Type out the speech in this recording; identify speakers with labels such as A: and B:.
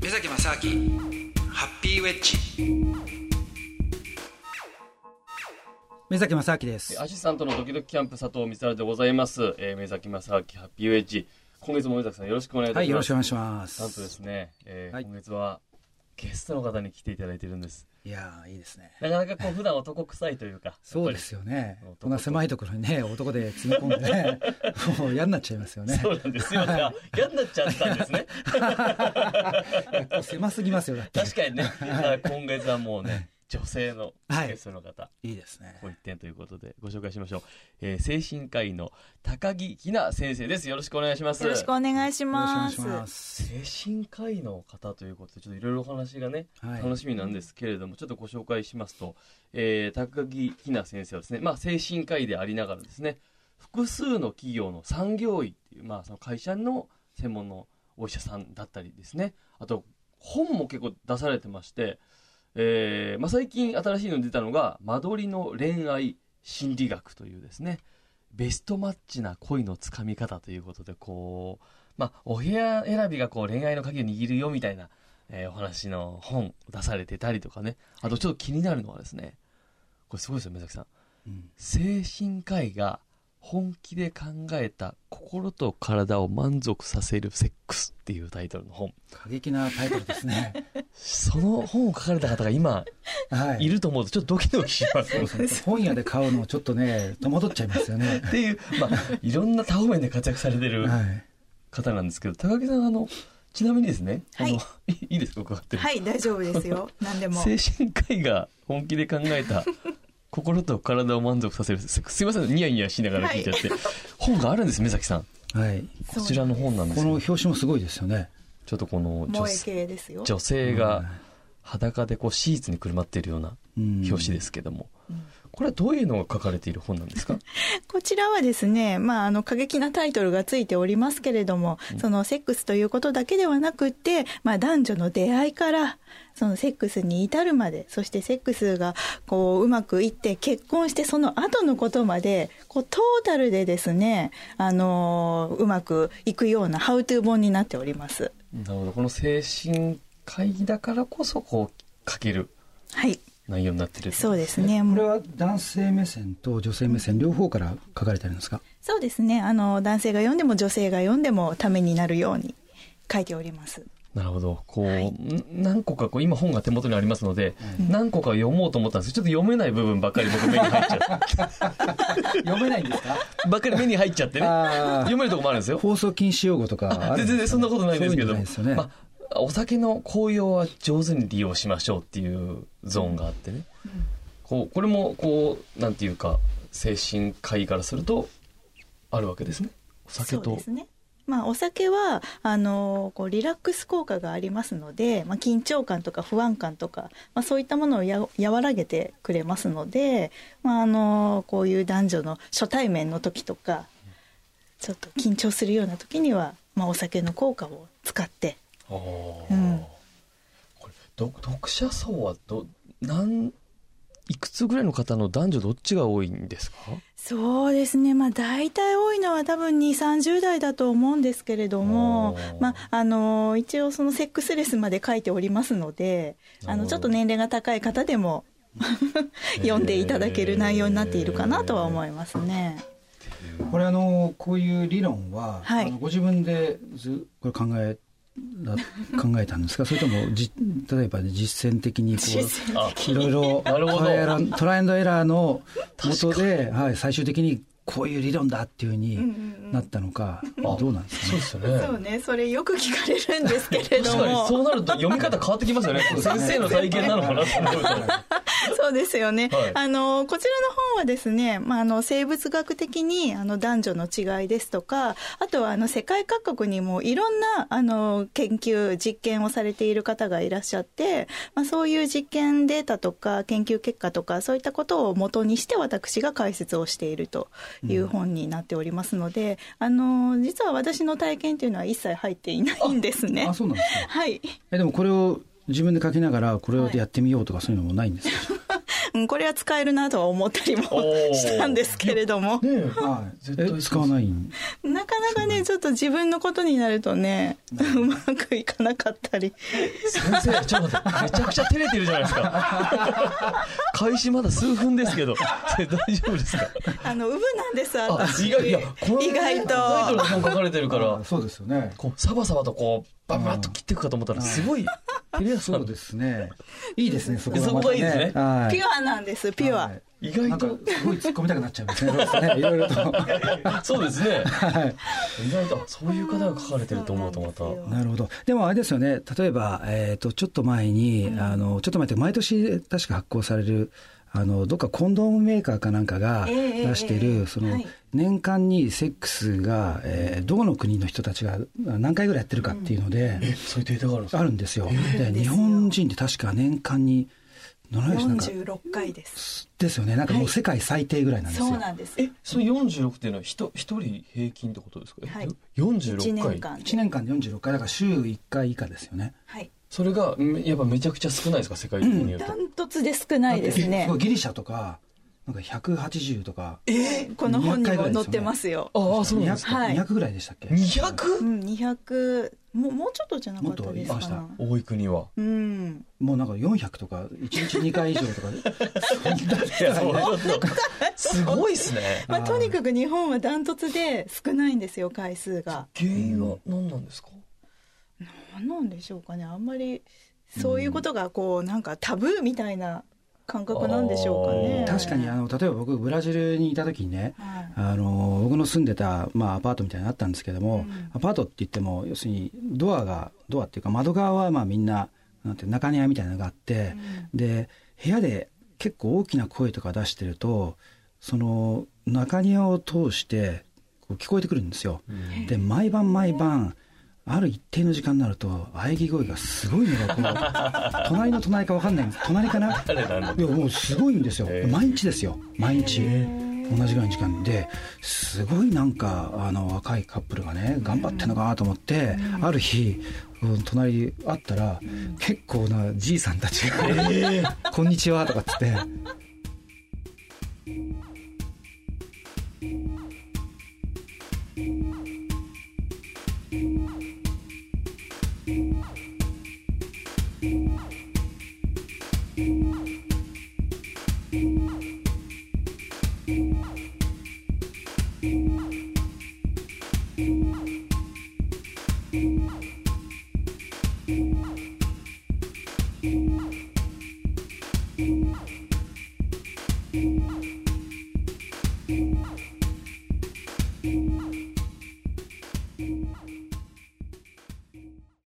A: 目崎正明ハッピーウェッジ目崎正明です
B: アシスタントのドキドキキャンプ佐藤光晴でございます。えー、目崎正明ハッピーウェッジ。今月も目崎さんよろしくお願い
A: は
B: いた
A: い
B: し
A: よろ
B: ま
A: しく
B: す。
A: お願いします
B: なんとですね、えー
A: はい
B: 今月はゲストの方に来ていただいてるんです。
A: いやーいいですね
B: なかなかこう普段男臭いというか。
A: そうです
B: よ。
A: よね
B: 男と
A: こんな狭いところにね男で詰め込んで ねもう嫌になっちゃいますよね
B: そうなんですよ。じゃあ嫌になっちゃったんですね。
A: いや狭すぎますよだって
B: 確かにね。だから今月はもうね、女性の
A: はい
B: ゲストの方、
A: いいですね
B: ご一点ということでご紹介しましょう。えー、精神科医の高木ひな先生です。よろしくお願いします。
C: よろしくお願いし
A: よろしくお願
C: ま
A: い
C: す。
A: します
B: 精神科医の方ということで、ちょっといろいろお話がね、
A: はい
B: 楽しみなんですけれども、ちょっとご紹介しますと、えー高木ひな先生はですね、まあ、精神科医でありながらですね、複数の企業の産業医っていう、まあ、その会社の専門のお医者さんだったりですね、あと、本も結構出されてまして、えーまあ、最近新しいの出たのが、間取りの恋愛心理学というですね、ベストマッチな恋のつかみ方ということで、こう、まあ、お部屋選びがこう恋愛の鍵を握るよみたいな、えーお話の本を出されてたりとかね。あとちょっと気になるのはですね、これすごいですよ、目崎さん。
A: うん
B: 精神科医が本気で考えた心と体を満足させるセックスっていうタイトルの本。
A: 過激なタイトルですね
B: その本を書かれた方が今
A: はい
B: ると思うとちょっとドキドキします。
A: 本屋で買うのちょっとね戸惑っちゃいますよね
B: っていう、まあ、いろんな多方面で活躍されてる
A: はい
B: 方なんですけど、高木さん、あの、ちなみにですね、
C: はい
B: あの、いいですか伺っても
C: はい、大丈夫で すよ。何でも。
B: 精神科医が本気で考え た心と体を満足させるすすいませんニヤニヤしながら聞いちゃって、本があるんです目崎さん
A: はい
B: こちらの本なんです
A: こ
B: け
A: の
B: ど
A: 表紙もすごいですよね
B: ちょっとこの
C: 萌
B: 女
C: え
B: 性
C: 系ですよ。
B: 女性が裸でこうシーツにくるまっているような
A: 表
B: 表紙ですすけども、
C: うん
B: これはどういうのが書かれている本なんですか
C: こちらはですね、まあ、あの、過激なタイトルがついておりますけれども、その、セックスということだけではなくって、まあ、男女の出会いから、その、セックスに至るまで、そして、セックスが、こう、うまくいって、結婚して、その後のことまで、こう、トータルでですね、あのうまくいくような、ハウトゥー本になっております。
B: なるほどこの精神科医だからこそこう書ける
C: はい。
B: 内容になってる
C: そうですね。も
A: こ
C: う
A: れは男性目線と女性目線両方から書かれてるんですか
C: そうですね。あの、男性が読んでも女性が読んでもためになるように書いております。
B: なるほど。こう、ん何個かこう、今本が手元にありますので、
C: うん
B: 何個か読もうと思ったんですけど、ちょっと読めない部分ばっかり僕目に入っちゃ
A: 読めないんですか
B: う。ばっかり目に入っちゃってね。
A: あ
B: 読めるとこもあるんです
A: あ
B: よ。
A: 放送禁止用語とかある
B: 全
A: んで
B: 然
A: すか
B: そん
A: ね
B: なことないですけど、
A: そういうのじゃないですよね
B: まあ、お酒の紅葉は上手に利用しましょうっていうゾーンがあってね。こう、これも、こう、なんていうか、精神科医からすると、あるわけですね。お酒
C: そう
B: と
C: です。ね。まあ、お酒はあのこうリラックス効果がありますので、まあ、緊張感とか不安感とか、まあ、そういったものをや和らげてくれますので、まあ、あのこういう男女の初対面の時とかちょっと緊張するような時には、まあ、お酒の効果を使って
B: あ
C: う
B: ー
C: ん
B: これど読者層はどなんいくつぐらいの方の男女どっちが多いんですか
C: そうですね、まあ、大体多いのは多分2、30代だと思うんですけれども
B: おー、
C: まあ、あの一応そのセックスレスまで書いておりますので、あ
B: なるほど
C: のちょっと年齢が高い方 でも読んでいただける内容になっているかなとは思いますね。
A: これあのこういう理論は、
C: はい
A: あのご自分でずこれ考えだ考えたんです かそれともじ例えば実践的にこう
B: あ
A: いろいろ
B: なるほど
A: トライアラントライアンドエラーの元で、はい、最終的にこういう理論だっていうふうになったのか、
B: んうん
A: どうなんですかね
B: そうですよね
C: そうね、それよく聞かれるんですけれど
B: 確かに
C: も。
B: そうなると読み方変わってきますよね 先生の体験なのかなと思う と
C: そうですよね、
B: はい
C: あのこちらの本はですね、まあ、あの生物学的にあの男女の違いですとかあとはあの世界各国にもいろんなあの研究実験をされている方がいらっしゃって、まあ、そういう実験データとか研究結果とかそういったことを元にして私が解説をしているという本になっておりますので、あの実は私の体験というのは一切入っていないんですね
A: あ。そうなんですか
C: はい
A: えでもこれを自分で書きながらこれをやってみようとかそういうのもないんですか、
C: うん、これは使えるなとは思ったりも
B: おー
C: したんですけれども、
D: ねえはい絶
A: え
D: 対
A: 使わないん
C: なかなかね、ちょっと自分のことになるとね、うまくいかなかっ たり。
B: 先生、ちょっと待って、めちゃくちゃ照れてるじゃないですか。 開始まだ数分です けど、大丈夫ですか
C: あの、ウブなんです、
B: あ
C: 私。
B: 意外いやこの
C: 意外と
B: タイトルが書かれてるか
D: あ
B: ら
D: そうですよね
B: こうサバサバとこうババッと切っていくかと思ったらすごいテレ朝
A: そ
B: の
A: うですねいいですねそこ
B: そこがいいですね
A: は
C: ピュアなんです、ピュア。
A: はい
B: 意
D: なん
B: 外
D: か
B: と
D: すごい突っ込みたくなっちゃう みたい
A: そうですねいろいろと
B: そうですね
A: はい
B: 意外とそういう方が書かれてると思うとまた
C: そうなんですよ
A: なるほど。でもあれですよね、例えば、えっ、と、ちょっと前に、あの、ちょっと待って、毎年確か発行される、あの、どっかコンドームメーカーかなんかが
C: ええ
A: 出してる、
C: ええ
A: その、
C: はい
A: 年間にセックスが、えーどこの国の人たちが何回ぐらいやってるかっていうので、
B: えそういうデータがあるんです
A: あるんですよ。
B: か
C: あるん
A: で、
C: です
A: 日
C: よ
A: 本人って確か年間に、70なんか、
C: 46回です。
A: ですよね。なんかもう世界最低ぐらいなんですよ。
C: そうなんです。
B: えその46っていうのはひと一人平均ってことですか、
C: はい1
B: 46
C: 年
B: 回
C: 間で
A: 1年間で46回、だから週1回以下ですよね。
C: はい。
B: それがめやっぱめちゃくちゃ少ないですか世界的に言うと、
C: ダントツで少ないです
A: だって
C: ね
A: ごい。ギリシャとか、なんか180とか。
C: この本にも載ってますよ。
B: ああそうなんですか、
C: はい
A: 200ぐらいでしたっけ、
C: う
B: 200?
C: ん、200もうもうちょっとじゃなかった
A: もっと
C: で
A: い
C: す
A: ま
C: か
A: し
C: な
A: た。
B: 多い国は
C: うん、
A: もうなんか400とか1日2回以上とか
B: いやそうちょっと すごいですね
C: まあ、とにかく日本はダントツで少ないんですよ回数が
B: 原因は何なんですか、
C: 何なんでしょうかねあんまりそういうことがこうなんかタブーみたいな感覚なんでしょうかね
A: 確かにあの例えば僕ブラジルにいた時にね
C: はい
A: あの僕の住んでた、まあ、アパートみたいなのあったんですけども、
C: うん
A: アパートって言っても要するにドアがドアっていうか窓側はまあみんななんていう中庭みたいなのがあって、で部屋で結構大きな声とか出してるとその中庭を通してこう聞こえてくるんですよ。で毎晩毎晩ある一定の時間になると喘ぎ声がすごいのがこ の隣の隣か分かんないんです隣かな
B: 誰だろう
A: でももうすごいんですよ、
B: へえ
A: 毎日ですよ毎日同じぐらいの時間ですごいなんかあの若いカップルがね頑張ってんのかなと思って、ある日、うん、隣 に会ったら、結構なじいさんたちが「こんにちは」とかっつって